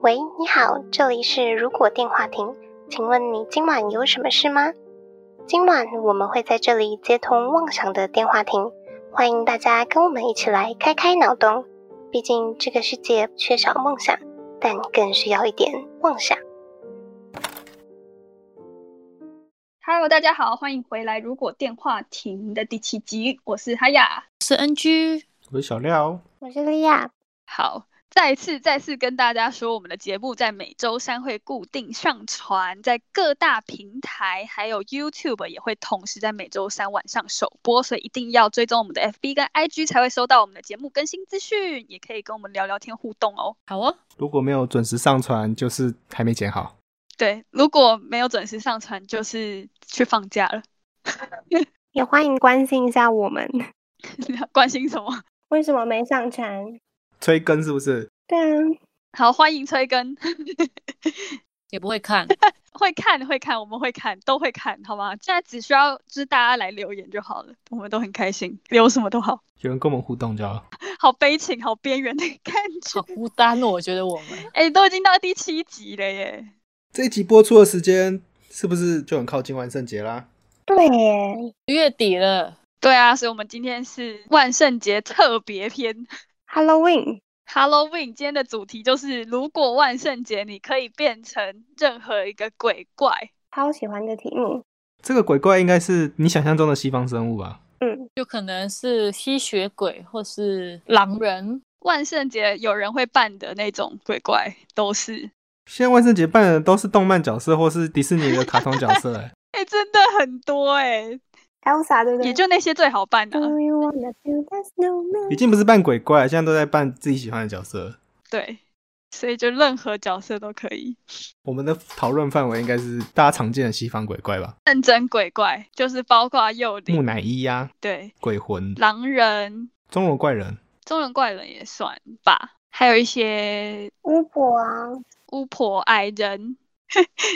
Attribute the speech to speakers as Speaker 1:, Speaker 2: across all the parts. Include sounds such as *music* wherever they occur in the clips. Speaker 1: 喂，你好，这里是如果电话亭，请问你今晚有什么事吗？今晚我们会在这里接通妄想的电话亭，欢迎大家跟我们一起来开开脑洞。毕竟这个世界缺少梦想，但更需要一点妄想。
Speaker 2: Hello，大家好，欢迎回来。如果电话亭的第七集，我是哈雅。
Speaker 3: 是 NG，
Speaker 4: 我是小廖，
Speaker 1: 我是莉亚，
Speaker 2: 好，再次再次跟大家说，我们的节目在每周三会固定上传，在各大平台还有 YouTube 也会同时在每周三晚上首播，所以一定要追踪我们的 FB 跟 IG 才会收到我们的节目更新资讯，也可以跟我们聊聊天互动哦。
Speaker 3: 好哦，
Speaker 4: 如果没有准时上传，就是还没剪好。
Speaker 2: 对，如果没有准时上传，就是去放假了。 *laughs*
Speaker 1: 也欢迎关心一下我们，
Speaker 2: 关心什么？
Speaker 1: 为什么没上传？
Speaker 4: 催更是不是？
Speaker 1: 对啊，
Speaker 2: 好，欢迎催更。
Speaker 3: 也不会看，
Speaker 2: 会看会看，我们会看，都会看，好吗？现在只需要就是大家来留言就好了，我们都很开心，留什么都好，
Speaker 4: 有人跟我们互动就好。
Speaker 2: 好悲情，好边缘的感觉
Speaker 3: 好。孤单哦。我觉得我们
Speaker 2: 哎、都已经到第七集了耶！
Speaker 4: 这一集播出的时间是不是就很靠近万圣节啦？
Speaker 1: 对耶，
Speaker 3: 月底了，
Speaker 2: 对啊，所以我们今天是万圣节特别篇
Speaker 1: Halloween，
Speaker 2: ，Halloween。今天的主题就是，如果万圣节你可以变成任何一个鬼怪，
Speaker 1: 超喜欢的题目。
Speaker 4: 这个鬼怪应该是你想象中的西方生物吧？
Speaker 1: 嗯，
Speaker 3: 就可能是吸血鬼或是狼人，
Speaker 2: 万圣节有人会扮的那种鬼怪都是。
Speaker 4: 现在万圣节扮的都是动漫角色或是迪士尼的卡通角色、 *laughs* 哎，
Speaker 2: 哎、真的很多哎、
Speaker 1: Elsa 对不对？
Speaker 2: 也就那些最好办的、啊
Speaker 1: Do you wanna build a snowman？
Speaker 4: 已经不是扮鬼怪，现在都在扮自己喜欢的角色。
Speaker 2: 对，所以就任何角色都可以。
Speaker 4: 我们的讨论范围应该是大家常见的西方鬼怪吧？
Speaker 2: 认真鬼怪就是包括幼
Speaker 4: 木
Speaker 2: 灵，
Speaker 4: 乃伊呀、
Speaker 2: 对，
Speaker 4: 鬼魂、
Speaker 2: 狼人、
Speaker 4: 中国怪人，
Speaker 2: 中人怪人也算吧，还有一些
Speaker 1: 巫婆啊，
Speaker 2: 巫婆、矮人。 *laughs*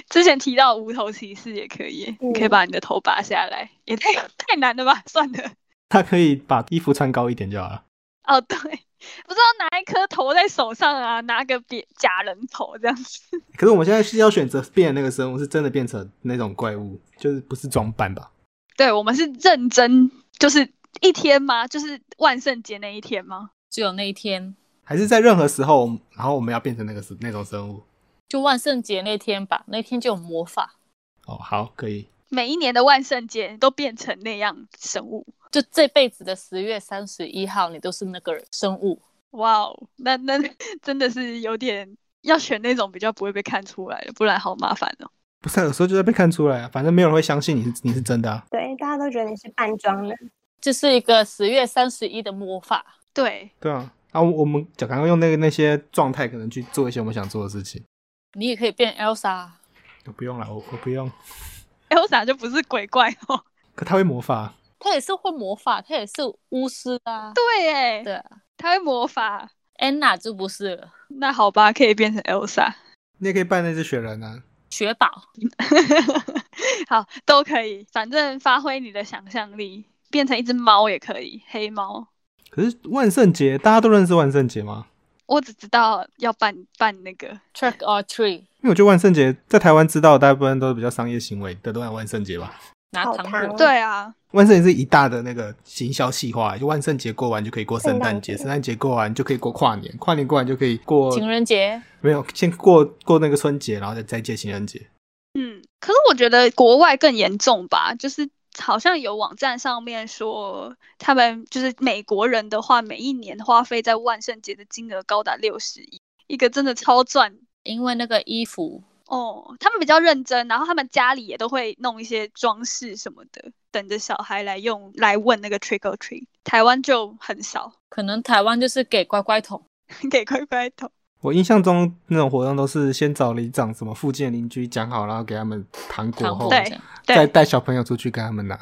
Speaker 2: 之前提到无头骑士也可以，你可以
Speaker 1: 嗯
Speaker 2: 把你的头拔下来，也太太难了吧？算了，
Speaker 4: 他可以把衣服穿高一点就好了。
Speaker 2: 哦对，不知道拿一颗头在手上啊，拿个别假人头这样 *laughs* 子。
Speaker 4: 可是我们现在是要选择变的那个生物，是真的变成那种怪物，就是不是装扮吧？
Speaker 2: 对我们是认真，就是一天吗？就是万圣节那一天吗？
Speaker 3: 只有那一天，
Speaker 4: 还是在任何时候，然后我们要变成那个那种生物？
Speaker 3: 就万圣节那天吧，那天就有魔法，
Speaker 4: 哦，好，可以。
Speaker 2: 每一年的万圣节都变成那样生物。
Speaker 3: 就这辈子的十月三十一号，你都是那个生物。
Speaker 2: 哇哦，那那 *laughs* 真的是有点要选那种比较不会被看出来的，不然好麻烦哦。
Speaker 4: 不是啊，有时候就会被看出来啊，反正没有人会相信你是你是真的、啊。
Speaker 1: 对，大家都觉得你是扮装的。
Speaker 3: 这是一个十月三十一的魔法，
Speaker 2: 对，
Speaker 4: 对啊，啊，我我们讲刚刚用那个那些状态，可能去做一些我们想做的事情。
Speaker 3: 你也可以变 Elsa，
Speaker 4: 我不用了，我我不用。
Speaker 2: Elsa 就不是鬼怪哦。
Speaker 4: 可他会魔法，啊
Speaker 3: 她也是会魔法，她也是巫师啊。
Speaker 2: 对，哎，
Speaker 3: 对啊
Speaker 2: 他会魔法。
Speaker 3: ，Anna 就不是了，
Speaker 2: 那好吧，可以变成 Elsa。 *laughs*
Speaker 4: 你也可以扮那只雪人啊。
Speaker 3: 雪宝。
Speaker 2: 好，都可以，反正发挥你的想象力，变成一只猫也可以，黑猫。
Speaker 4: 可是万圣节，大家都认识万圣节吗？
Speaker 2: 我只知道要扮扮那个
Speaker 3: Trick or treat，
Speaker 4: 因为我觉得万圣节在台湾知道的大部分都是比较商业行为的，都讲万圣节吧。
Speaker 3: 拿
Speaker 1: 好
Speaker 3: 糖
Speaker 1: 糖
Speaker 3: 果。
Speaker 2: 对啊，
Speaker 4: 万圣节是一大的那个行销计划，就万圣节过完就可以过圣诞节，
Speaker 1: 圣
Speaker 4: 圣诞节过完就可以过跨年，跨年过完就可以过
Speaker 3: 情人节，
Speaker 4: 没有，先过过那个春节，然后再再接情人节。
Speaker 2: 嗯，可是我觉得国外更严重吧，就是好像有网站上面说，他们就是美国人的话，每一年花费在万圣节的金额高达六十亿，一个真的超赚
Speaker 3: 因为那个衣服
Speaker 2: 哦。他们比较认真，然后他们家里也都会弄一些装饰什么的，等着小孩来用来问那个 trick or treat。台湾就很少 *laughs*
Speaker 3: 可能台湾就是给乖乖桶，
Speaker 2: 给乖乖桶，
Speaker 4: 我印象中那种活动都是先找里长什么附近的邻居讲好，然后给他们糖果
Speaker 3: 糖
Speaker 4: 后，
Speaker 3: 果
Speaker 2: 对
Speaker 3: 这样
Speaker 4: 再
Speaker 2: 对。
Speaker 4: 带小朋友出去跟他们拿。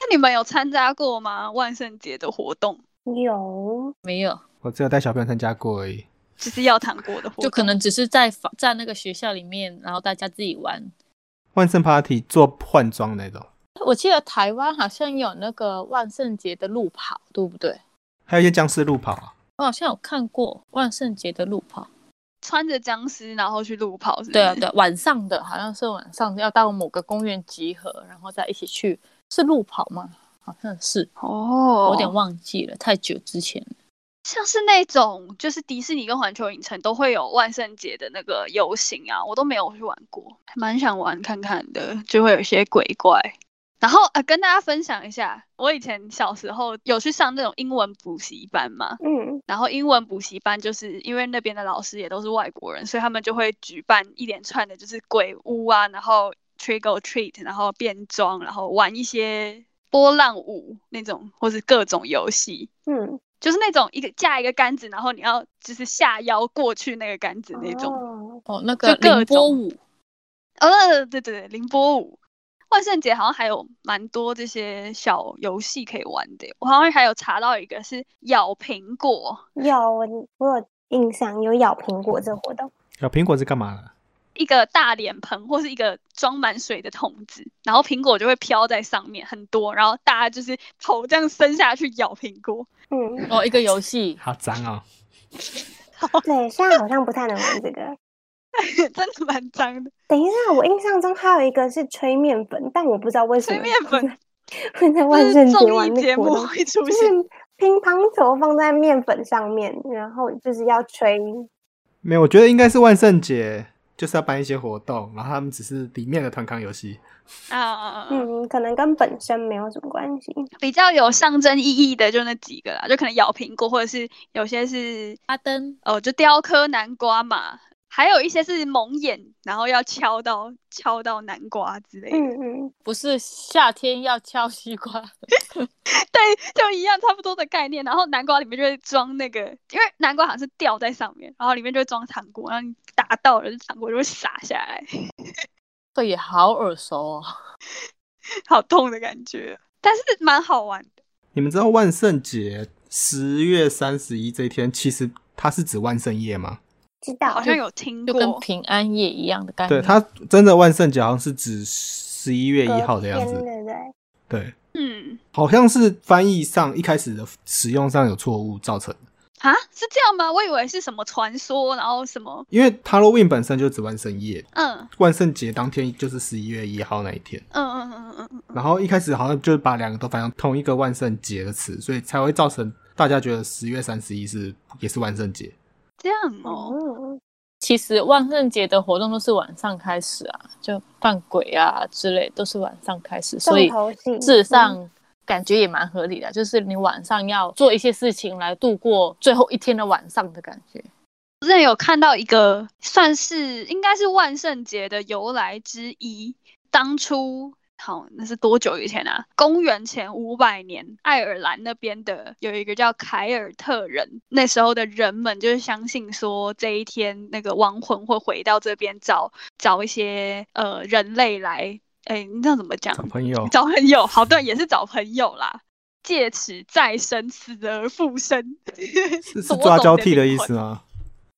Speaker 2: 那你们有参加过吗？万圣节的活动
Speaker 1: 有，
Speaker 3: 没有，
Speaker 4: 我只有带小朋友参加过而已。
Speaker 2: 就是要糖果的活动，
Speaker 3: 就可能只是在房在那个学校里面，然后大家自己玩。
Speaker 4: 万圣 party 做换装那种，
Speaker 3: 我记得台湾好像有那个万圣节的路跑，对不对？
Speaker 4: 还有一些僵尸路跑啊，
Speaker 3: 我好像有看过万圣节的路跑。
Speaker 2: 穿着僵尸然后去路跑是不是？
Speaker 3: 对啊，对啊，晚上的好像是晚上要到某个公园集合，然后再一起去，是路跑吗？好像是，
Speaker 2: 哦，
Speaker 3: 我有点忘记了，太久之前了。
Speaker 2: 像是那种就是迪士尼跟环球影城都会有万圣节的那个游行啊，我都没有去玩过，还蛮想玩看看的，就会有一些鬼怪。然后呃，跟大家分享一下，我以前小时候有去上那种英文补习班嘛，
Speaker 1: 嗯，
Speaker 2: 然后英文补习班就是因为那边的老师也都是外国人，所以他们就会举办一连串的，就是鬼屋啊，然后 trick or treat，然后变装，然后玩一些波浪舞那种，或是各种游戏，
Speaker 1: 嗯，
Speaker 2: 就是那种一个架一个杆子，然后你要就是下腰过去那个杆子那种。
Speaker 1: 种。
Speaker 3: 哦，那个
Speaker 2: 就各
Speaker 3: 凌波
Speaker 2: 种
Speaker 3: 舞，
Speaker 2: 哦，对对对，凌波舞。万圣节好像还有蛮多这些小游戏可以玩的耶，我好像还有查到一个是咬苹果，
Speaker 1: 有我我有印象有咬苹果这个活动，
Speaker 4: 小苹果是干嘛的？
Speaker 2: 一个大脸盆或是一个装满水的桶子，然后苹果就会飘在上面很多，然后大家就是头这样伸下去咬苹果。 *laughs*
Speaker 1: 嗯，
Speaker 3: 哦，一个游 *laughs* 戏，
Speaker 4: 好脏哦！
Speaker 1: 对，现在好像不太能玩这个。
Speaker 2: 真的蛮脏的，
Speaker 1: 等一下，我印象中还有一个是吹面粉，但我不知道为什
Speaker 2: 吹
Speaker 1: 么
Speaker 2: 面粉
Speaker 1: 会在
Speaker 2: 就
Speaker 1: 万圣
Speaker 2: 是
Speaker 1: 节
Speaker 2: 综
Speaker 1: 玩
Speaker 2: 艺
Speaker 1: 那
Speaker 2: 节
Speaker 1: 个活
Speaker 2: 目 *laughs*
Speaker 1: 动，
Speaker 2: 会出
Speaker 1: 就
Speaker 2: 现。
Speaker 1: 是乒乓球放在面粉上面，然后就是要吹。
Speaker 2: 嗯
Speaker 4: 没有，我觉得应该是万圣节就是要办一些活动，然后他们只是里面的团康游戏。
Speaker 2: 啊啊啊！嗯，
Speaker 1: 嗯，可能跟本身没有什么关系。
Speaker 2: 比较有象征意义的就那几个啦，就可能咬苹果，或者是有些是
Speaker 3: 阿登，
Speaker 2: 哦，就雕刻南瓜嘛，还有一些是蒙眼，然后要敲到敲到南瓜之类的。
Speaker 1: 嗯嗯，
Speaker 3: 不是夏天要敲西瓜，
Speaker 2: *laughs* 对，就一样差不多的概念。然后南瓜里面就会装那个，因为南瓜好像是吊在上面，然后里面就会装糖果，然后你打到了，糖果就会洒下来， *laughs*
Speaker 3: 这也好耳熟哦。 *laughs*
Speaker 2: 好痛的感觉，哦但是蛮好玩的。
Speaker 4: 你们知道万圣节十月三十一这一天，其实它是指万圣夜吗？
Speaker 1: 知道。
Speaker 2: 好像有听
Speaker 3: 就跟
Speaker 2: 过，
Speaker 3: 平安夜一样的概念。
Speaker 4: 对，它真的万圣节好像是指十一月一号的样
Speaker 1: 隔
Speaker 4: 子。
Speaker 1: 天对对。
Speaker 4: 对，
Speaker 2: 嗯，
Speaker 4: 好像是翻译上一开始的使用上有错误造成的，
Speaker 2: 啊，是这样吗？我以为是什么传说，然后什么，
Speaker 4: 因为 Halloween 本身就指万圣夜，
Speaker 2: 嗯
Speaker 4: 万圣节当天就是十一月一号那一天。
Speaker 2: 嗯嗯嗯嗯嗯，
Speaker 4: 然后一开始好像就是把两个都翻成同一个万圣节的词，所以才会造成大家觉得十月三十一是也是万圣节。
Speaker 2: 这样哦，
Speaker 1: 嗯，
Speaker 3: 其实万圣节的活动都是晚上开始啊，就扮鬼啊之类都是晚上开始，所
Speaker 1: 重
Speaker 3: 以
Speaker 1: 头戏。
Speaker 3: 事实
Speaker 1: 嗯
Speaker 3: 上感觉也蛮合理的，啊就是你晚上要做一些事情来度过最后一天的晚上的感觉。
Speaker 2: 我之前有看到一个算是应该是万圣节的由来之一，当初。好，那是多久以前啊？公元前五百年，爱尔兰那边的有一个叫凯尔特人，那时候的人们就是相信说这一天那个亡魂会回到这边找找一些呃人类来，哎，你知道怎么讲
Speaker 4: 小？朋友，
Speaker 2: 找朋友，好对，也是找朋友啦。借此再生，死而复生， *laughs*
Speaker 4: 是是
Speaker 2: 夺
Speaker 4: 抓
Speaker 2: 走
Speaker 4: 交
Speaker 2: 你
Speaker 4: 替的意
Speaker 2: 灵魂
Speaker 4: 思吗？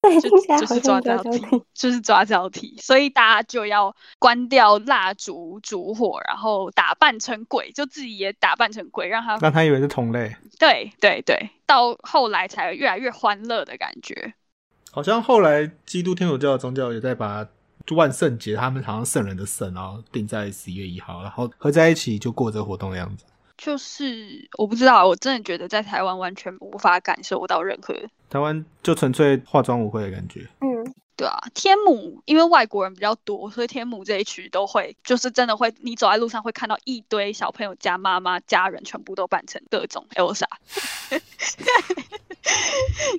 Speaker 1: 对，
Speaker 2: 就
Speaker 1: 听起来
Speaker 2: 就
Speaker 1: 好
Speaker 2: 是抓
Speaker 1: 像
Speaker 2: 交
Speaker 1: 有交
Speaker 2: 替
Speaker 1: 替。，
Speaker 2: 就是抓交替，所以大家就要关掉蜡烛烛火，然后打扮成鬼，就自己也打扮成鬼，让
Speaker 1: *laughs*
Speaker 2: 他
Speaker 4: *laughs* 让他以为是同类。
Speaker 2: 对对对，到后来才越来越欢乐的感觉。
Speaker 4: 好像后来基督天主教的宗教也在把万圣节他们好像圣人的圣，然后定在十一月一号，然后合在一起就过这个活动的样子。
Speaker 2: 就是我不知道，我真的觉得在台湾完全无法感受到任何
Speaker 4: 台湾就纯粹化妆舞会的感觉。
Speaker 1: 嗯，
Speaker 2: 对啊，天母因为外国人比较多，所以天母这一区都会，就是真的会，你走在路上会看到一堆小朋友加妈妈家人，全部都扮成各种 Elsa，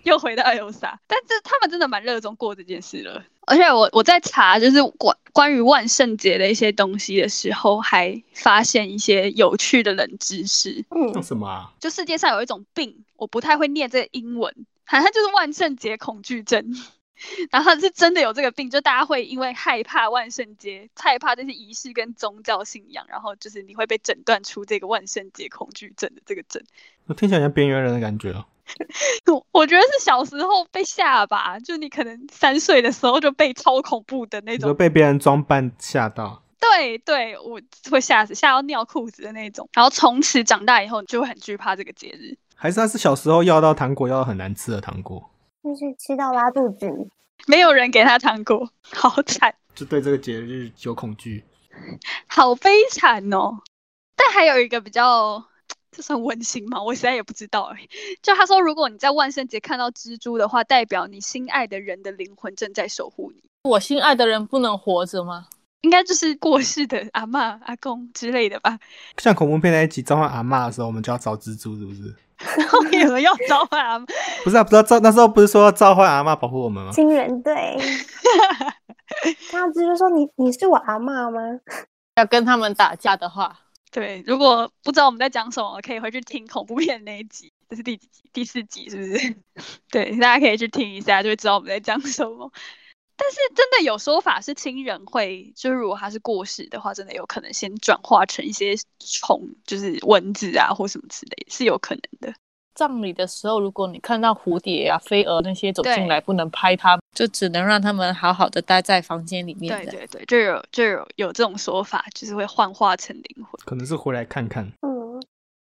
Speaker 2: 又回到 Elsa，但是他们真的蛮热衷过这件事了。而且我我在查就是关关于万圣节的一些东西的时候，还发现一些有趣的冷知识。
Speaker 4: 像
Speaker 1: 嗯，
Speaker 4: 什么、啊？
Speaker 2: 就世界上有一种病，我不太会念这个英文，反正就是万圣节恐惧症。 *laughs* 然后它是真的有这个病，就大家会因为害怕万圣节，害怕这些仪式跟宗教信仰，然后就是你会被诊断出这个万圣节恐惧症的这个症。 *laughs*
Speaker 4: 我听起来像边缘人的感觉哦。
Speaker 2: 我我觉得是小时候被吓吧，就你可能三岁的时候就被超恐怖的那
Speaker 4: 你说
Speaker 2: 种，
Speaker 4: 被别人装扮吓到，
Speaker 2: 对对，我会吓死，吓到尿裤子的那种。然后从此长大以后，就会很惧怕这个节日。
Speaker 4: 还是他是小时候要到糖果，要到很难吃的糖果，
Speaker 5: 就是吃到拉肚子。
Speaker 2: 没有人给他糖果，好惨，
Speaker 4: 就对这个节日有恐惧。
Speaker 2: 好悲惨哦。但还有一个比较，这算温馨吗？我实在也不知道哎、就他说，如果你在万圣节看到蜘蛛的话，代表你心爱的人的灵魂正在守护你，
Speaker 3: 我心爱的人不能活着吗？
Speaker 2: 应该就是过世的阿嬷、阿公之类的吧。
Speaker 4: 像恐怖片那一集召唤阿嬷的时候，我们就要找蜘蛛，是不是？
Speaker 2: 后面有人要召唤阿嬷，
Speaker 4: 不是啊，不知道召那时候不是说要召唤阿嬷保护我们吗？
Speaker 5: 惊人
Speaker 2: *laughs*
Speaker 5: 对，他蜘蛛说你你是我阿嬷吗？
Speaker 3: 要跟他们打架的话，
Speaker 2: 对，如果不知道我们在讲什么，可以回去听恐怖片那一集，这是第几集？第四集是不是？ *laughs* 对，大家可以去听一下，就会知道我们在讲什么。但是真的有说法是亲人会，就是如果他是过世的话，真的有可能先转化成一些虫，就是蚊子啊或什么之类，是有可能的。
Speaker 3: 葬礼的时候，如果你看到蝴蝶啊、飞蛾那些走
Speaker 2: 对
Speaker 3: 进来，不能拍它，就只能让他们好好的待在房间里面
Speaker 2: 对
Speaker 3: 的。
Speaker 2: 对对，就有就有有这种说法，就是会幻化成灵魂。
Speaker 4: 可能是回来看看。
Speaker 5: 嗯，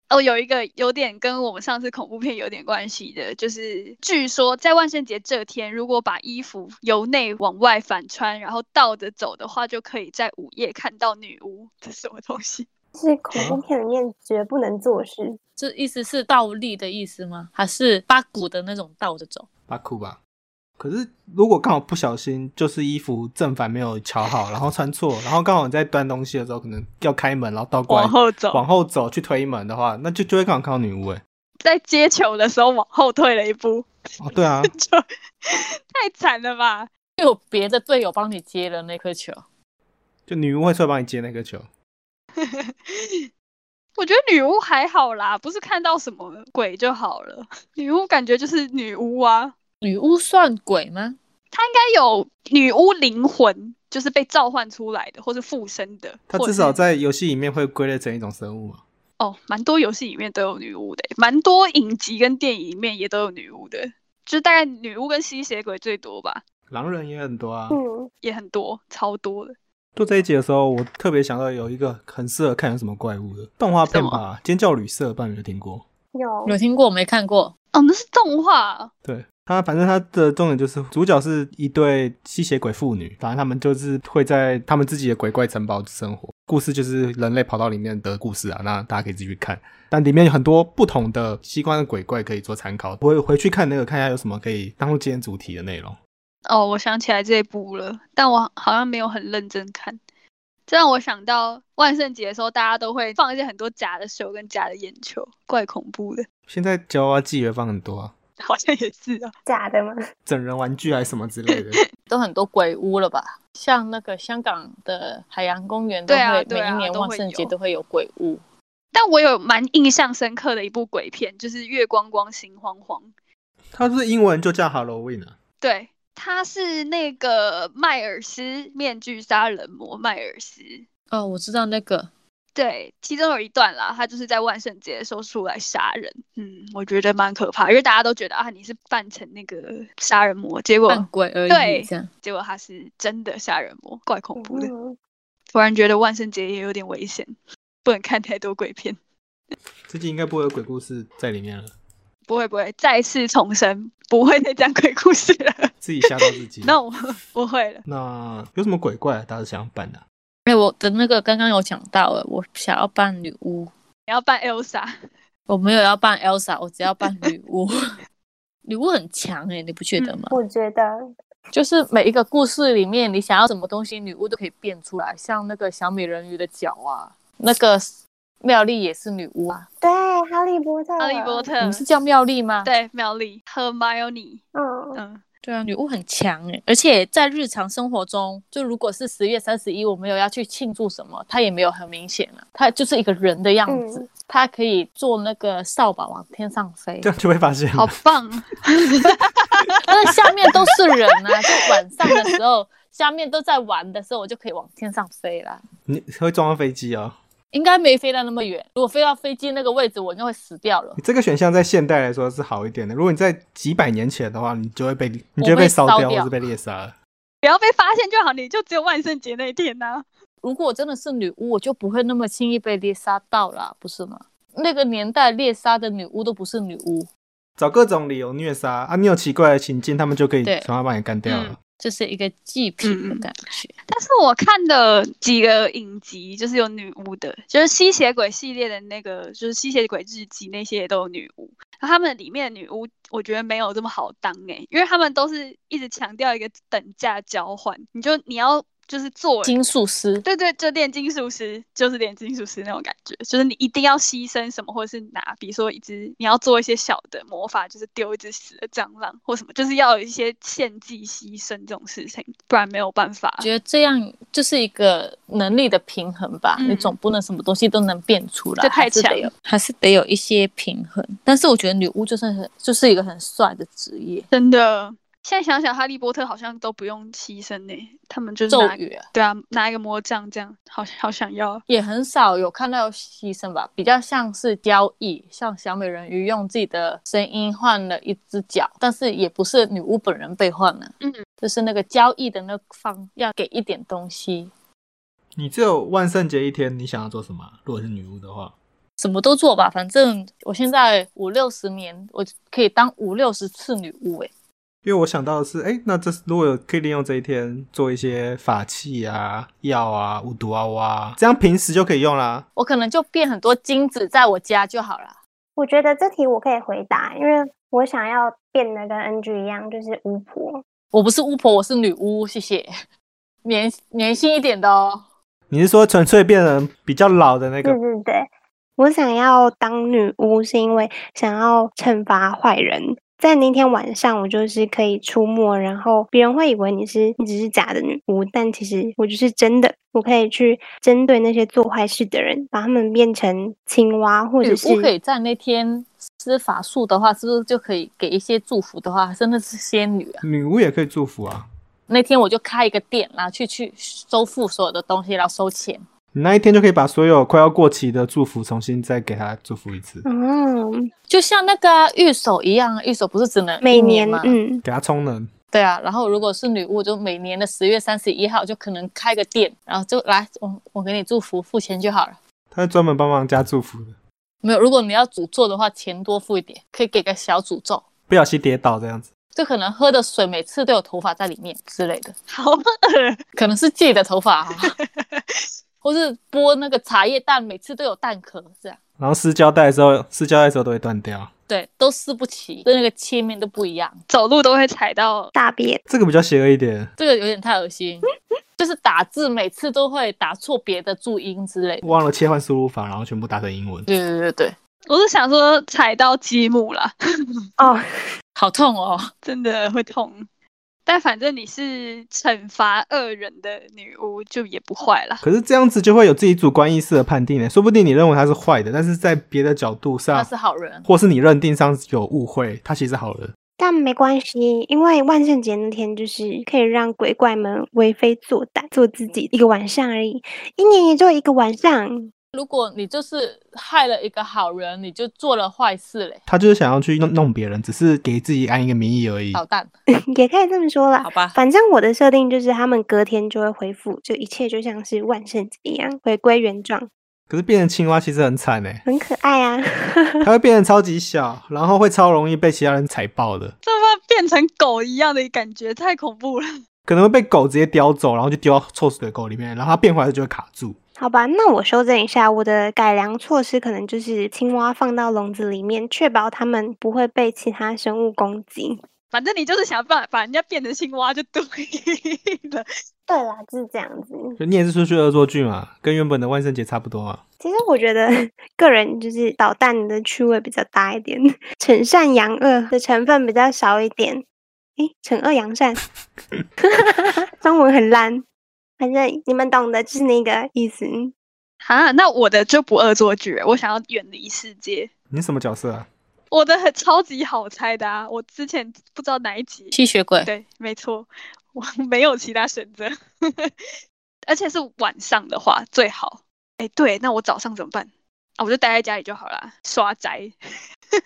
Speaker 2: 哦，有一个有点跟我们上次恐怖片有点关系的，就是据说在万圣节这天，如果把衣服由内往外反穿，然后倒着走的话，就可以在午夜看到女巫。这是什么东西？
Speaker 5: 是恐怖片里面绝不能做事。
Speaker 3: 这意思是倒立的意思吗？还是八股的那种倒着走？
Speaker 4: 巴库吧。可是如果刚好不小心，就是衣服正反没有瞧好，然后穿错，然后刚好你在端东西的时候，可能要开门，然后倒过来
Speaker 2: 往后走
Speaker 4: 往，后走去推门的话，那就就会刚好看到女巫哎。
Speaker 2: 在接球的时候往后退了一步，
Speaker 4: 哦，对啊，
Speaker 2: 就 *laughs* 太惨了吧？
Speaker 3: 因为有别的队友帮你接了那颗球，
Speaker 4: 就女巫会出来帮你接那个球。
Speaker 2: 我觉得女巫还好啦，不是看到什么鬼就好了。女巫感觉就是女巫啊，
Speaker 3: 女巫算鬼吗？
Speaker 2: 她应该有女巫灵魂，就是被召唤出来的，或是附身的。
Speaker 4: 它
Speaker 2: 或
Speaker 4: 至
Speaker 2: 是
Speaker 4: 少在游戏里面会归类成一种生物嘛。
Speaker 2: 哦，蛮多游戏里面都有女巫的欸，蛮多影集跟电影里面也都有女巫的，就是大概女巫跟吸血鬼最多吧，
Speaker 4: 狼人也很多啊。
Speaker 5: 嗯，
Speaker 2: 也很多，超多的。
Speaker 4: 做这一集的时候，我特别想到有一个很适合看有什么怪物的动画片
Speaker 2: 什
Speaker 4: 吧，《尖叫旅社》，不知道你有没有听过？
Speaker 5: 有
Speaker 3: 有听过没看过？
Speaker 2: 哦，那是动画，啊
Speaker 4: 对他，反正他的重点就是主角是一对吸血鬼妇女，反正他们就是会在他们自己的鬼怪城堡生活。故事就是人类跑到里面的故事啊，那大家可以自己去看。但里面有很多不同的西关的鬼怪可以做参考，我会回去看那个，看一下有什么可以当做今天主题的内容。
Speaker 2: 哦，我想起来这一部了，但我好像没有很认真看。这让我想到万圣节的时候，大家都会放一些很多假的手跟假的眼球，怪恐怖的， *laughs*
Speaker 4: 现在娃娃机也放很多啊，
Speaker 2: 好像也是啊。
Speaker 5: 假的吗？
Speaker 4: 整人玩具还是什么之类的。
Speaker 3: 都很多鬼屋了吧？像那个香港的海洋公园，都
Speaker 2: 对
Speaker 3: 会、
Speaker 2: 啊对
Speaker 3: 每一
Speaker 2: 啊
Speaker 3: 年
Speaker 2: 都会
Speaker 3: 万圣节
Speaker 2: 有
Speaker 3: 都会有鬼屋。
Speaker 2: 但我有蛮印象深刻的一部鬼片，就是《月光光心慌慌》。
Speaker 4: 它是不是英文就叫 Halloween 啊，
Speaker 2: 对，他是那个迈尔斯《面具杀人魔》迈尔斯。
Speaker 3: 哦，我知道那个，
Speaker 2: 对，其中有一段啦，他就是在万圣节的时候出来杀人。嗯，我觉得蛮可怕，因为大家都觉得啊，你是扮成那个杀人魔，结
Speaker 3: 扮
Speaker 2: 果
Speaker 3: 鬼而
Speaker 2: 对
Speaker 3: 已，这样。
Speaker 2: 结果他是真的杀人魔，怪恐怖
Speaker 3: 哦
Speaker 2: 的。
Speaker 5: 嗯，
Speaker 2: 突然觉得万圣节也有点危险，不能看太多鬼片。
Speaker 4: 最近应该不会有鬼故事在里面了，
Speaker 2: 不会不会，再次重生，不会再讲鬼故事了。
Speaker 4: 自己吓到自
Speaker 2: *laughs*
Speaker 4: 己。
Speaker 2: no，不会了。
Speaker 4: 那有什么鬼怪大家想办的啊、 *laughs*
Speaker 3: 哎，我的那个刚刚有讲到，哎，我想要扮女巫，
Speaker 2: 你要扮 Elsa，
Speaker 3: 我没有要扮 Elsa，我只要扮女巫。 *laughs* 女巫很强哎、你不觉得吗？
Speaker 5: 我觉得
Speaker 3: 就是每一个故事里面，你想要什么东西，女巫都可以变出来。像那个小美人鱼的脚啊，那个妙丽也是女巫啊。
Speaker 5: 对，哈利波特，
Speaker 2: 哈利波，特
Speaker 3: 你啊们是叫妙丽吗？
Speaker 2: 嗯对，妙丽，Hermione，
Speaker 5: 嗯，
Speaker 2: 嗯，
Speaker 3: 对啊，女巫很强哎、而且在日常生活中，就如果是十月三十一，我们有要去庆祝什么，她也没有很明显啊，她就是一个人的样子，
Speaker 5: 嗯
Speaker 3: 她可以做那个扫把往天上
Speaker 4: *laughs*
Speaker 3: 飞
Speaker 4: 这，样就会发现了。
Speaker 2: *laughs* 好棒，啊 *laughs*
Speaker 3: 但是下面都是人啊，就晚上的时候，下面都在玩的时候，我就可以往天上飞啦。
Speaker 4: 你会撞到飞机哦。
Speaker 3: 应该没飞到那么远，如果飞到飞机那个位置，我应该会死掉了
Speaker 4: 你。这个选项在现代来说是好一点的，如果你在几百年前的话，你就会被你
Speaker 3: 我
Speaker 4: 就会被
Speaker 3: 被
Speaker 4: 烧
Speaker 3: 烧
Speaker 4: 掉或
Speaker 3: 掉
Speaker 4: 是被猎杀了。
Speaker 2: 不要被发现就好，你就只有万圣节那一天呐、
Speaker 3: 如果真的是女巫，我就不会那么轻易被猎杀到啦，不是吗？那个年代猎杀的女巫都不是女巫，
Speaker 4: 找各种理由虐杀啊，你有奇怪的情境，他们就可以
Speaker 3: 对
Speaker 4: 想办法把你干掉了。
Speaker 2: 嗯
Speaker 3: 这是一个祭品的感觉。
Speaker 2: 但是我看的几个影集，就是有女巫的，就是吸血鬼系列的那个，就是吸血鬼日记那些也都有女巫。然后他们里面的女巫，我觉得没有这么好当诶、因为他们都是一直强调一个等价交换，你就你要就是做
Speaker 3: 金术师，
Speaker 2: 对对，就炼金术师，就是炼金术师那种感觉，就是你一定要牺牲什么，或者是拿，比如说一只你要做一些小的魔法，就是丢一只死的蟑螂或什么，就是要有一些献祭牺牲这种事情，不然没有办法。
Speaker 3: 觉得这样就是一个能力的平衡吧。
Speaker 2: 嗯
Speaker 3: 你总不能什么东西都能变出来，
Speaker 2: 这太
Speaker 3: 还是得
Speaker 2: 强
Speaker 3: 有还是得有一些平衡。但是我觉得女巫就是很就是一个很帅的职业，
Speaker 2: 真的，现在想想，哈利波特好像都不用牺牲呢、他们就是
Speaker 3: 咒
Speaker 2: 拿
Speaker 3: 语啊、
Speaker 2: 对啊，拿一个魔杖这样，好好想要。 *laughs*
Speaker 3: 也很少有看到有牺牲吧，比较像是交易，像小美人鱼用自己的声音换了一只脚，但是也不是女巫本人被换了，
Speaker 2: 嗯，
Speaker 3: 就是那个交易的那方要给一点东西，
Speaker 4: 你只有万圣节一天，你想要做什么啊？如果是女巫的话，
Speaker 3: 什么都做吧，反正我现在五六十年，我可以当五六十次女巫、欸，
Speaker 4: 因为我想到的是，哎、那这是如果有可以利用这一天做一些法器啊、药啊、五毒啊、哇，这样平时就可以用啦。
Speaker 3: 我可能就变很多金子在我家就好了。
Speaker 5: 我觉得这题我可以回答，因为我想要变得跟 NG 一样，就是巫婆。
Speaker 3: 我不是巫婆，我是女巫，谢谢，年年轻一点的哦。
Speaker 4: 你是说纯粹变成比较老的那
Speaker 5: 对
Speaker 4: 个？
Speaker 5: 对对，我想要当女巫是因为想要惩罚坏人。在那天晚上，我就是可以出没，然后别人会以为你是你只是假的女巫，但其实我就是真的。我可以去针对那些做坏事的人，把他们变成青蛙，或
Speaker 3: 女
Speaker 5: 者
Speaker 3: 巫可
Speaker 5: 是
Speaker 3: 以在那天施法术的话，是不是就可以给一些祝福的话，真的是仙女啊？
Speaker 4: 女巫也可以祝福啊。
Speaker 3: 那天我就开一个店，然后去去收复所有的东西，然后收钱。
Speaker 4: 你那一天就可以把所有快要过期的祝福重新再给她祝福一次，
Speaker 5: 嗯，
Speaker 3: 就像那个啊御守一样啊，御守不是只能
Speaker 5: 每
Speaker 3: 一
Speaker 5: 年
Speaker 3: 吗？
Speaker 5: 嗯，
Speaker 4: 给她充能。
Speaker 3: 对啊，然后如果是女巫，就每年的十月三十一号就可能开个店，然后就来我我给你祝福，付钱就好了。
Speaker 4: 她是专门帮忙加祝福的，
Speaker 3: 没有，如果你要诅咒的话，钱多付一点，可以给个小诅咒，
Speaker 4: 不小心跌倒这样子。
Speaker 3: 就可能喝的水每次都有头发在里面之类的，
Speaker 2: 好 *laughs* 恶，
Speaker 3: 可能是自己的头发、 *laughs* 啊，或是剥那个茶叶蛋，每次都有蛋壳，这样
Speaker 4: 然后撕胶带的时候，撕胶带的时候都会断掉。
Speaker 3: 对，都撕不齐，跟那个切面都不一样，
Speaker 2: 走路都会踩到。
Speaker 5: 大便
Speaker 4: 这个比较邪恶一点。
Speaker 3: 这个有点太恶心。就是打字每次都会打错别的注音之类的。
Speaker 4: 忘了切换输入法，然后全部打成英文。
Speaker 3: 对对对对，
Speaker 2: 我是想说踩到积木啦，
Speaker 5: 哦， *laughs*
Speaker 3: 好痛哦！
Speaker 2: 真的会痛。但反正你是惩罚恶人的女巫，就也不坏啦。
Speaker 4: 可是这样子就会有自己主观意识的判定呢，说不定你认为他是坏的，但是在别的角度
Speaker 3: 他
Speaker 4: 上，
Speaker 3: 是好人，
Speaker 4: 或是你认定上有误会，他其实好人。
Speaker 5: 但没关系，因为万圣节那天就是可以让鬼怪们为非作歹，做自己一个晚上而已，一年也就一个晚上。
Speaker 3: 如果你就是害了一个好人，你就做了坏事嘞，
Speaker 4: 他就是想要去弄弄别人，只是给自己安一个名义而已。
Speaker 3: 捣蛋，
Speaker 5: 也可以这么说啦
Speaker 3: 好。吧？
Speaker 5: 反正我的设定就是他们隔天就会恢复，就一切就像是万圣节一样回归原状，
Speaker 4: 可是变成青蛙其实很惨呢，
Speaker 5: 很可爱啊。
Speaker 4: *laughs*
Speaker 5: *laughs*
Speaker 4: 它会变得超级小，然后会超容易被其他人踩爆的，
Speaker 2: 这么变成狗一样的感觉，太恐怖了。
Speaker 4: 可能会被狗直接叼走，然后就丢到臭水沟里面，然后它变回来就会卡住。
Speaker 5: 好吧，那我修正一下，我的改良措施可能就是青蛙放到笼子里面，确保它们不会被其他生物攻击。
Speaker 2: 反正你就是想办法把人家变成青蛙就对了。 *laughs*
Speaker 5: 对啦，就是这样子。
Speaker 4: 就你也是出去恶作剧嘛，跟原本的万圣节差不多嘛。
Speaker 5: 其实我觉得 *laughs* 个人就是捣蛋的趣味比较大一点， *laughs* 惩善扬恶的成分比较少一点。诶，惩恶扬善，中文很烂，反正你们懂的，就是那个意思。
Speaker 2: 哈，那我的就不恶作剧，我想要远离世界。
Speaker 4: 你什么角色啊？
Speaker 2: 我的很超级好猜的啊，我之前不知道哪一集，
Speaker 3: 吸血鬼，
Speaker 2: 对，没错，我没有其他选择， *laughs* 而且是晚上的话最好。哎，对，那我早上怎么办？啊，我就待在家里就好啦，刷宅。 *laughs*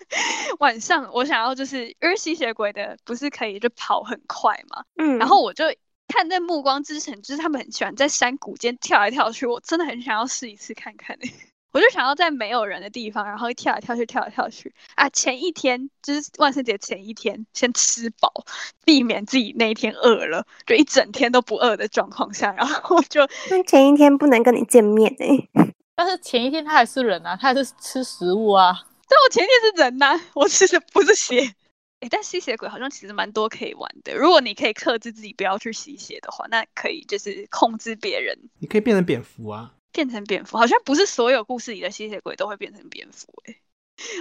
Speaker 2: 晚上我想要就是因为吸血鬼的不是可以就跑很快嘛，
Speaker 5: 嗯，
Speaker 2: 然后我就看那《暮光之城》，就是他们很喜欢在山谷间跳来跳去，我真的很想要试一次看看、欸。 *laughs* 我就想要在没有人的地方，然后跳来跳去，跳来跳去啊！前一天就是万圣节前一天，先吃饱，避免自己那一天饿了，就一整天都不饿的状况下，然后就
Speaker 5: 那前一天不能跟你见面哎、
Speaker 3: 但是前一天他还是人啊，他还是吃食物啊。
Speaker 2: 但我前一天是人呐、我吃的不是血。诶，但吸血鬼好像其实蛮多可以玩的。如果你可以克制自己不要去吸血的话，那可以就是控制别人
Speaker 4: 你可以变成蝙蝠啊，
Speaker 2: 变成蝙蝠。好像不是所有故事里的吸血鬼都会变成蝙蝠、诶，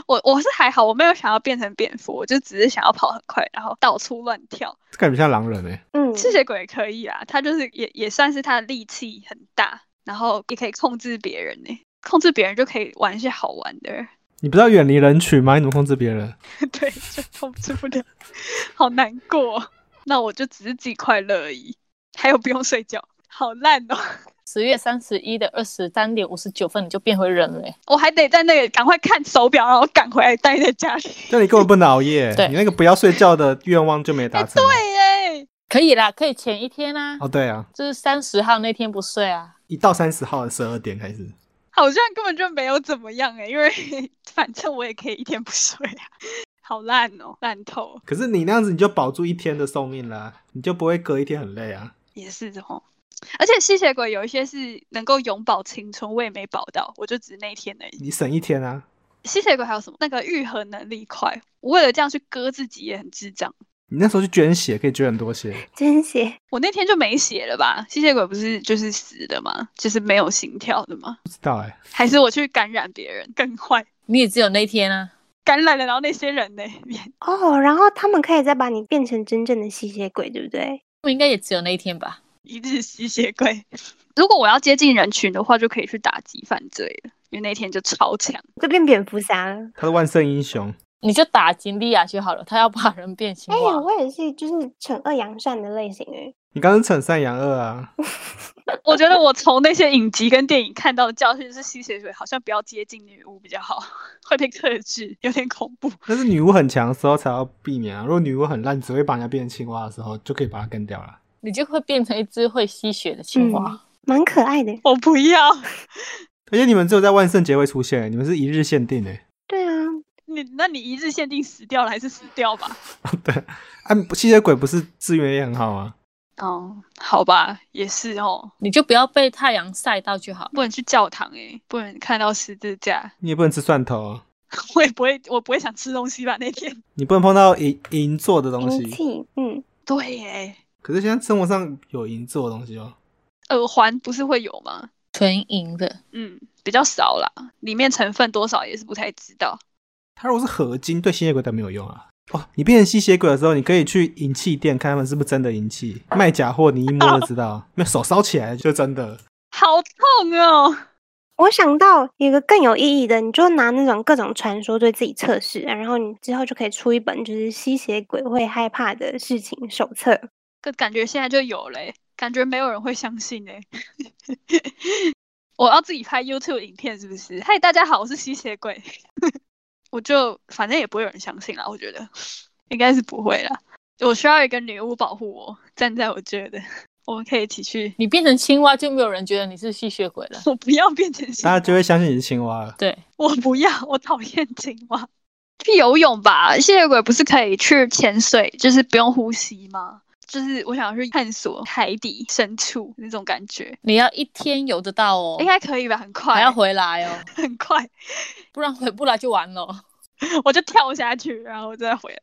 Speaker 2: 我我是还好，我没有想要变成蝙蝠，我就只是想要跑很快，然后到处乱跳。
Speaker 4: 这感觉像狼人哎、
Speaker 5: 嗯，
Speaker 2: 吸血鬼也可以啊，他就是也也算是他的力气很大，然后也可以控制别人呢、欸控制别人就可以玩一些好玩的。 *laughs*
Speaker 4: 你不知道远离人群吗？你怎么控制别人？
Speaker 2: 对，就控制不了，好难过。那我就只是自己快乐而已，还有不用睡觉，好烂哦！ *laughs*
Speaker 3: 十月三十一的二十三点五十九分，你就变回人了欸、
Speaker 2: 我还得在那个赶快看手表，然后赶回来待在家里。
Speaker 4: 那你根本不能熬夜，
Speaker 3: 对
Speaker 4: 你那个不要睡觉的愿望就没
Speaker 2: 哎、
Speaker 4: 达成。
Speaker 2: 对耶，
Speaker 3: 可以啦，可以前一天啊，
Speaker 4: 哦，对啊，
Speaker 3: 就是三十号那天不睡啊。
Speaker 4: 一到三十号的十二点开始，
Speaker 2: 好像根本就没有怎么样哎，因为 *laughs* 反正我也可以一天不睡啊，好烂哦，烂透。
Speaker 4: 可是你那样子你就保住一天的寿命啦，你就不会隔一天很累啊。
Speaker 2: 也是哦，而且吸血鬼有一些是能够永葆青春，我也没保到，我就只是那一天而已。
Speaker 4: 你省一天啊，
Speaker 2: 吸血鬼还有什么？那个愈合能力快，我为了这样去割自己也很智障。
Speaker 4: 你那时候去捐血可以捐很多血，
Speaker 5: 真血
Speaker 2: 我那天就没血了吧？吸血鬼不是就是死的吗？就是没有心跳的吗？
Speaker 4: 不知道哎、
Speaker 2: 还是我去感染别人更坏？
Speaker 3: 你也只有那天啊，
Speaker 2: 感染了，然后那些人呢？ *laughs*
Speaker 5: 哦，然后他们可以再把你变成真正的吸血鬼，对不对？
Speaker 3: 我应该也只有那一天吧。
Speaker 2: 一日吸血鬼。如果我要接近人群的话，就可以去打击犯罪了，因为那天就超强。
Speaker 5: 就变蝙蝠侠了。
Speaker 4: 他是万圣英雄，
Speaker 3: 你就打金利亚就好了，他要把人变形
Speaker 5: 哎、
Speaker 3: 化。
Speaker 5: 我也是，就是惩恶扬善的类型哎。
Speaker 4: 你刚刚是逞善扬恶啊，
Speaker 2: 我觉得我从那些影集跟电影看到的教训是，吸血鬼好像不要接近女巫比较好， *laughs* 会被克制，有点恐怖。
Speaker 4: 但是女巫很强的时候才要避免啊。如果女巫很烂，只会把人家变成青蛙的时候，就可以把它干掉了。
Speaker 3: 你就会变成一只会吸血的青蛙。
Speaker 5: 嗯蛮可爱的。
Speaker 2: 我不要，
Speaker 4: 而且你们只有在万圣节会出现，你们是一日限定哎、
Speaker 5: 对啊，
Speaker 2: 你那你一日限定死掉了还是死掉吧？
Speaker 4: 啊，吸血鬼不是资源也很好啊吗？
Speaker 2: 哦，好吧，也是哦，
Speaker 3: 你就不要被太阳晒到就好。
Speaker 2: 不能去教堂诶、不能看到十字架， *laughs*
Speaker 4: 你也不能吃蒜头啊，
Speaker 2: 我也不会，我不会想吃东西吧那天。 *laughs*
Speaker 4: 你不能碰到银银做的东
Speaker 5: 银
Speaker 4: 西。
Speaker 5: 器，嗯，
Speaker 2: 对欸耶，
Speaker 4: 可是现在生活上有银做的东西哦，
Speaker 2: 耳环不是会有吗？
Speaker 3: 纯银的，
Speaker 2: 嗯，比较少啦，里面成分多少也是不太知道。
Speaker 4: 它如果是合金，对吸血鬼但没有用啊。哦，你变成吸血鬼的时候，你可以去银器店看他们是不是真的银器，卖假货你一摸就知道， *laughs* 没有手烧起来就真的。
Speaker 2: 好痛哦！
Speaker 5: 我想到一个更有意义的，你就拿那种各种传说对自己测试，啊然后你之后就可以出一本就是吸血鬼会害怕的事情手册。
Speaker 2: 可感觉现在就有嘞、感觉没有人会相信哎、 *laughs* 我要自己拍 YouTube 影片是不是？嗨，大家好，我是吸血鬼。 *laughs* 我就反正也不会有人相信啦，我觉得应该是不会啦。我需要一个女巫保护我，站在我这的，我们可以一起去。 *laughs*
Speaker 3: 你变成青蛙就没有人觉得你是吸血鬼了。
Speaker 2: 我不要变成青
Speaker 4: 大家就会相信你是青蛙了。
Speaker 3: 对，
Speaker 2: *laughs* 我不要，我讨厌青蛙。去游泳吧，吸血鬼不是可以去潜水，就是不用呼吸吗？就是我想要去探索海底深处那种感觉，
Speaker 3: 你要一天游得到哦，
Speaker 2: 应该可以吧？很快，
Speaker 3: 还要回来哦，
Speaker 2: 很快，
Speaker 3: 不然回不来就完了。
Speaker 2: 我就跳下去，然后再回来，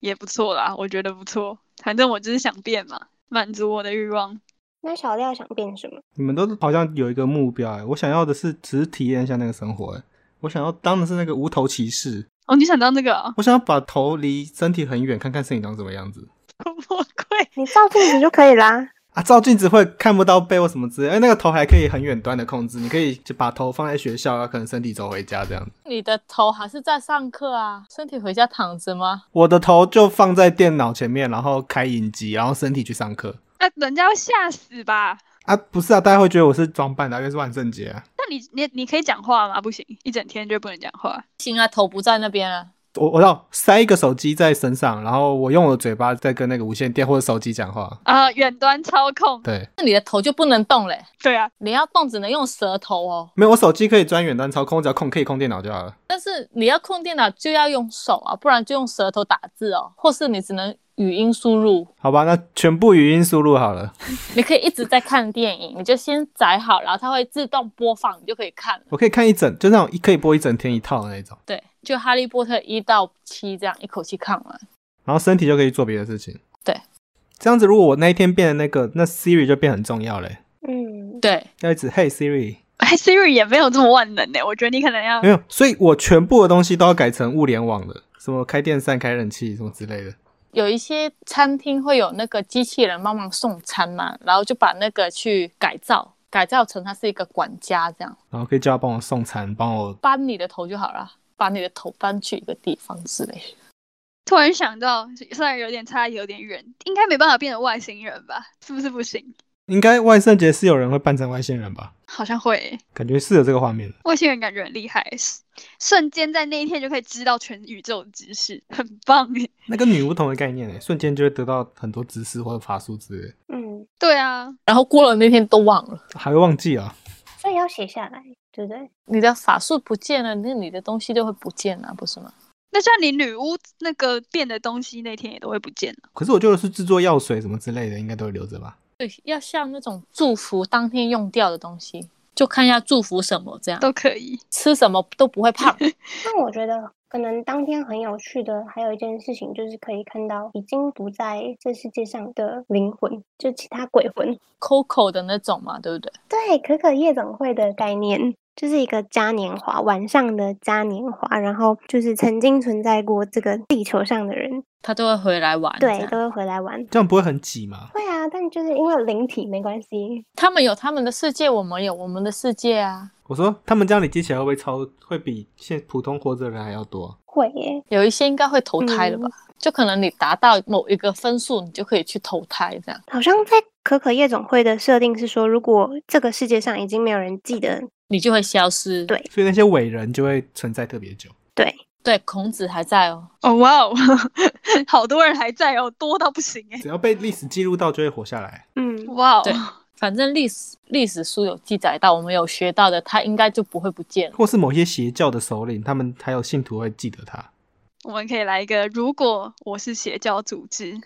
Speaker 2: 也不错啦，我觉得不错。反正我就是想变嘛，满足我的欲望。
Speaker 5: 那小廖想变什么？
Speaker 4: 你们都好像有一个目标哎、我想要的是只是体验一下那个生活哎、我想要当的是那个无头骑士，
Speaker 2: 哦，你想当这个、啊？ *laughs*
Speaker 4: 我想要把头离身体很远，看看身体长什么样子
Speaker 2: 我跪，
Speaker 5: 你照镜子就可以啦。
Speaker 4: 啊。照镜子会看不到背或什么之类，哎、那个头还可以很远端的控制，你可以就把头放在学校，啊然后可能身体走回家这样子。
Speaker 3: 你的头还是在上课啊，身体回家躺着吗？
Speaker 4: 我的头就放在电脑前面，然后开影集，然后身体去上课
Speaker 2: 那、人家会吓死吧？
Speaker 4: 啊。不是啊，大家会觉得我是装扮的啊，因为是万圣节啊。
Speaker 2: 那你你你可以讲话吗？不行，一整天就不能讲话。
Speaker 3: 行啊，头不在那边啊，
Speaker 4: 我我知道塞一个手机在身上，然后我用我的嘴巴在跟那个无线电或者手机讲话。
Speaker 2: 啊、远端操控，
Speaker 4: 对，
Speaker 3: 那你的头就不能动嘞，
Speaker 2: 对啊，
Speaker 3: 你要动只能用舌头哦。
Speaker 4: 没有，我手机可以钻远端操控，我只要控可以控电脑就好了。
Speaker 3: 但是你要控电脑就要用手啊，不然就用舌头打字哦，或是你只能语音输入。
Speaker 4: 好吧，那全部语音输入好了。
Speaker 3: 你可以一直在看电影，你就先载好，然后它会自动播放，你就可以看了。
Speaker 4: 我可以看一整，就那种一可以播一整天一套的那种，
Speaker 3: 对，就《哈利波特》一到七这样一口气看完。
Speaker 4: 然后身体就可以做别的事情。
Speaker 3: 对，
Speaker 4: 这样子如果我那一天变得那个，那 Siri 就变很重要嘞，
Speaker 5: *laughs* 嗯，
Speaker 3: 对，
Speaker 4: 要一直 Hey Siri，
Speaker 2: 哎，Siri 也没有这么万能呢、欸我觉得你可能要
Speaker 4: 没有，所以我全部的东西都要改成物联网的，什么开电扇、开冷气什么之类的。
Speaker 3: 有一些餐厅会有那个机器人帮忙送餐嘛，然后就把那个去改造，改造成它是一个管家这样，
Speaker 4: 然后可以叫他帮我送餐，帮我
Speaker 3: 搬你的头就好了，把你的头搬去一个地方之类的。
Speaker 2: 突然想到，虽然有点差异有点远，应该没办法变成外星人吧？是不是不行？
Speaker 4: 应该万圣节是有人会扮成外星人吧？
Speaker 2: 好像会欸、
Speaker 4: 感觉是有这个画面的。
Speaker 2: 外星人感觉很厉害，欸瞬间在那一天就可以知道全宇宙的知识，很棒欸耶
Speaker 4: 那跟女巫童的概念诶，欸瞬间就会得到很多知识或者法术之类的，
Speaker 5: 嗯，
Speaker 2: 对啊，
Speaker 3: 然后过了那天都忘了，
Speaker 4: 还会忘记啊。
Speaker 5: 所以要写下来，对不对？
Speaker 3: 你的法术不见了，那你的东西就会不见了，不是吗？
Speaker 2: 那像你女巫那个变的东西，那天也都会不见啊了。
Speaker 4: 可是我就是制作药水什么之类的，应该都会留着吧？
Speaker 3: 对，要像那种祝福当天用掉的东西，就看要祝福什么，这样
Speaker 2: 都可以。
Speaker 3: 吃什么都不会胖。
Speaker 5: 那我觉得可能当天很有趣的，还有一件事情就是可以看到已经不在这世界上的灵魂，就其他鬼魂。
Speaker 3: *laughs* Coco 的那种嘛，对不对？
Speaker 5: 对，可可夜总会的概念就是一个嘉年华，晚上的嘉年华，然后就是曾经存在过这个地球上的人，
Speaker 3: 他都会回来玩。这
Speaker 5: 对，
Speaker 3: 样
Speaker 5: 都会回来玩。
Speaker 4: 这样不会很挤吗？
Speaker 5: 会啊，但就是因为灵体没关系，
Speaker 3: 他们有他们的世界，我们有我们的世界啊。
Speaker 4: 我说他们这样累积起来会不会超会比现普通活着的人还要多啊、
Speaker 5: 会耶。
Speaker 3: 有一些应该会投胎的吧？
Speaker 5: 嗯
Speaker 3: 就可能你达到某一个分数，你就可以去投胎这样。
Speaker 5: 好像在可可夜总会的设定是说，如果这个世界上已经没有人记得，
Speaker 3: 你就会消失。
Speaker 5: 对
Speaker 4: 所以那些伟人就会存在特别久。
Speaker 5: 对，
Speaker 3: 对，孔子还在哦。
Speaker 2: 哦哇哦， *laughs* 好多人还在哦，多到不行哎。
Speaker 4: 只要被历史记录到，就会活下来。
Speaker 5: 嗯，
Speaker 2: 哇哦，
Speaker 3: 对反正历史历史书有记载到，我们有学到的，他应该就不会不见了。
Speaker 4: 或是某些邪教的首领，他们还有信徒会记得他。
Speaker 2: 我们可以来一个，如果我是邪教组织，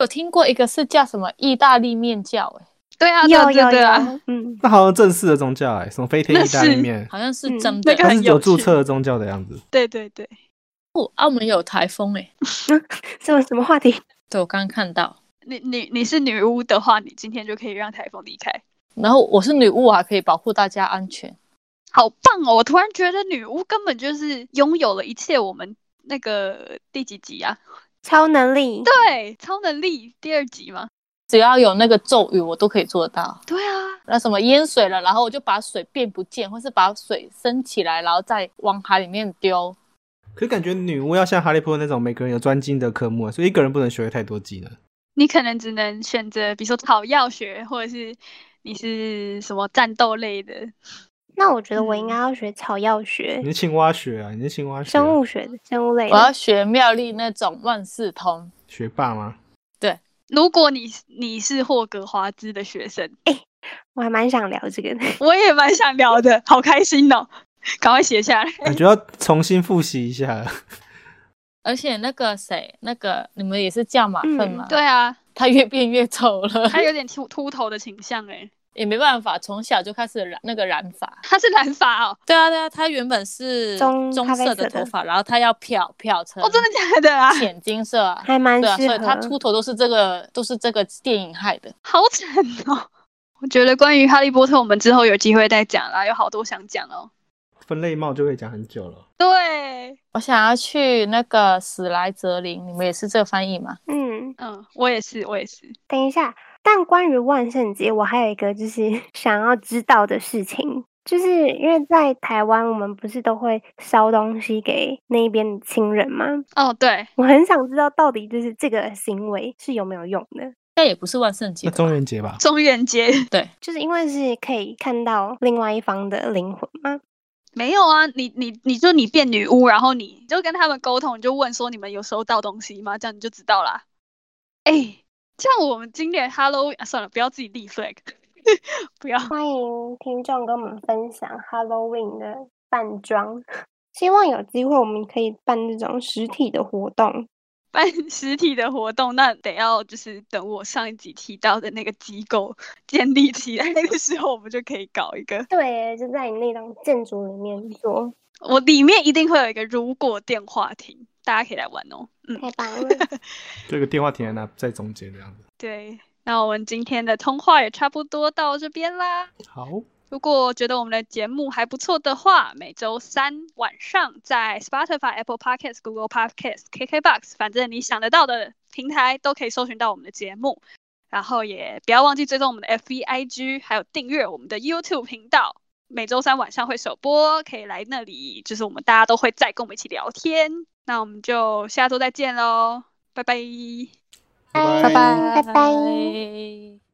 Speaker 3: 有听过一个是叫什么意大利面教、欸，
Speaker 2: 对啊，对啊
Speaker 5: 有
Speaker 2: 对啊
Speaker 5: 有
Speaker 2: 对
Speaker 5: 有
Speaker 2: 啊，，
Speaker 5: 嗯，
Speaker 4: 那好像正式的宗教哎、什么飞天意大利面，
Speaker 3: 好像是
Speaker 5: 嗯
Speaker 3: 真的。
Speaker 2: 那个
Speaker 4: 它是
Speaker 2: 很有
Speaker 4: 有
Speaker 2: 趣
Speaker 4: 注册的宗教的样子。
Speaker 2: 对对对，
Speaker 3: 哦，澳门有台风诶、
Speaker 5: 什么什么话题？
Speaker 3: 对我刚看到。
Speaker 2: 你你你是女巫的话，你今天就可以让台风离开，
Speaker 3: 然后我是女巫，我啊还可以保护大家安全。
Speaker 2: 好棒哦！我突然觉得女巫根本就是拥有了一切，我们那个第几集啊？
Speaker 5: 超能力，
Speaker 2: 对，超能力第二集嘛。
Speaker 3: 只要有那个咒语，我都可以做到。
Speaker 2: 对啊，
Speaker 3: 那什么淹水了，然后我就把水变不见，或是把水升起来，然后再往海里面丢。
Speaker 4: 可是感觉女巫要像哈利波特那种，每个人有专精的科目啊，所以一个人不能学会太多技能。
Speaker 2: 你可能只能选择，比如说草药学，或者是你是什么战斗类的。
Speaker 5: 那我觉得我应
Speaker 2: 嗯
Speaker 5: 该要学草药学
Speaker 4: 你、是青蛙学啊，你是青蛙学、
Speaker 5: 生物学的、生物类
Speaker 3: 我要
Speaker 5: 的。
Speaker 3: 学妙丽那种万事通，
Speaker 4: 学霸吗？
Speaker 2: 如果你是你是霍格华兹的学生，
Speaker 5: 我还蛮想聊这个的。
Speaker 2: 我也蛮想聊的， *laughs* 好开心哦！赶快写下来。
Speaker 4: *laughs* 感觉要重新复习一下。 *laughs*
Speaker 3: 而且那个谁，那个你们也是叫马粪
Speaker 5: 嗯
Speaker 3: 嘛、
Speaker 2: 对 *laughs* 啊，
Speaker 3: 他越变越丑了， *laughs*
Speaker 2: 他有点秃秃头的倾向欸诶，
Speaker 3: 也没办法，从小就开始染那个染发。
Speaker 2: 他是染发哦。
Speaker 3: 对啊，对啊，他原本是
Speaker 5: 棕
Speaker 3: 棕
Speaker 5: 咖啡
Speaker 3: 色
Speaker 5: 色
Speaker 3: 的
Speaker 5: 的
Speaker 3: 头发，然后他要漂漂成
Speaker 2: 哦，真的假的啊？
Speaker 3: 浅金色啊，
Speaker 5: 还蛮
Speaker 3: 对啊，
Speaker 5: 适
Speaker 3: 所以
Speaker 5: 合。
Speaker 3: 他秃头都是这个，都是这个电影害的。
Speaker 2: 好惨哦！ *laughs* 我觉得关于哈利波特，我们之后有机会再讲啦，有好多想讲哦。
Speaker 4: 分类帽就可以讲很久了。
Speaker 2: 对，
Speaker 3: 我想要去那个史莱哲林，你们也是这个翻译吗？
Speaker 5: 嗯，
Speaker 2: 嗯，我也是，我也是。
Speaker 5: 等一下。但关于万圣节，我还有一个就是 *laughs* 想要知道的事情，就是因为在台湾，我们不是都会烧东西给那一边的亲人吗？
Speaker 2: 哦，对，
Speaker 5: 我很想知道到底就是这个行为是有没有用的，
Speaker 3: 但也不是万圣节
Speaker 4: 那
Speaker 3: 的吧，
Speaker 4: 中元节吧，
Speaker 2: 中元节， *laughs*
Speaker 3: 对，
Speaker 5: 就是因为是可以看到另外一方的灵魂嘛。
Speaker 2: 没有啊，你你你就你变女巫，然后你就跟他们沟通，你就问说你们有收到东西吗？这样你就知道啦。哎、这样我们今年 Hello 啊，算了，不要自己立 flag，不要。
Speaker 5: 欢迎听众跟我们分享 Halloween 的扮装， *laughs* 希望有机会我们可以办这种实体的活动。
Speaker 2: 办 *laughs* 实体的活动，那得要就是等我上一集提到的那个机构建立起来的时候，我们就可以搞一个。
Speaker 5: 对，就在你那栋建筑里面做，
Speaker 2: 我里面一定会有一个如果电话亭，大家可以来玩哦。嗯，
Speaker 5: 太棒了！
Speaker 4: 就一个电话亭在那在中间这样子。
Speaker 2: 对，那我们今天的通话也差不多到这边啦。
Speaker 4: 好，
Speaker 2: 如果觉得我们的节目还不错的话，每周三晚上在 Spotify、Apple Podcasts、Google Podcasts、KKBox，反正你想得到的平台都可以搜寻到我们的节目。然后也不要忘记追踪我们的 FB、IG，还有订阅我们的 YouTube 频道。每周三晚上会首播，可以来那里，就是我们大家都会在跟我们一起聊天。那我们就下周再见喽，拜拜。
Speaker 4: 拜
Speaker 3: 拜
Speaker 5: 拜拜
Speaker 3: 拜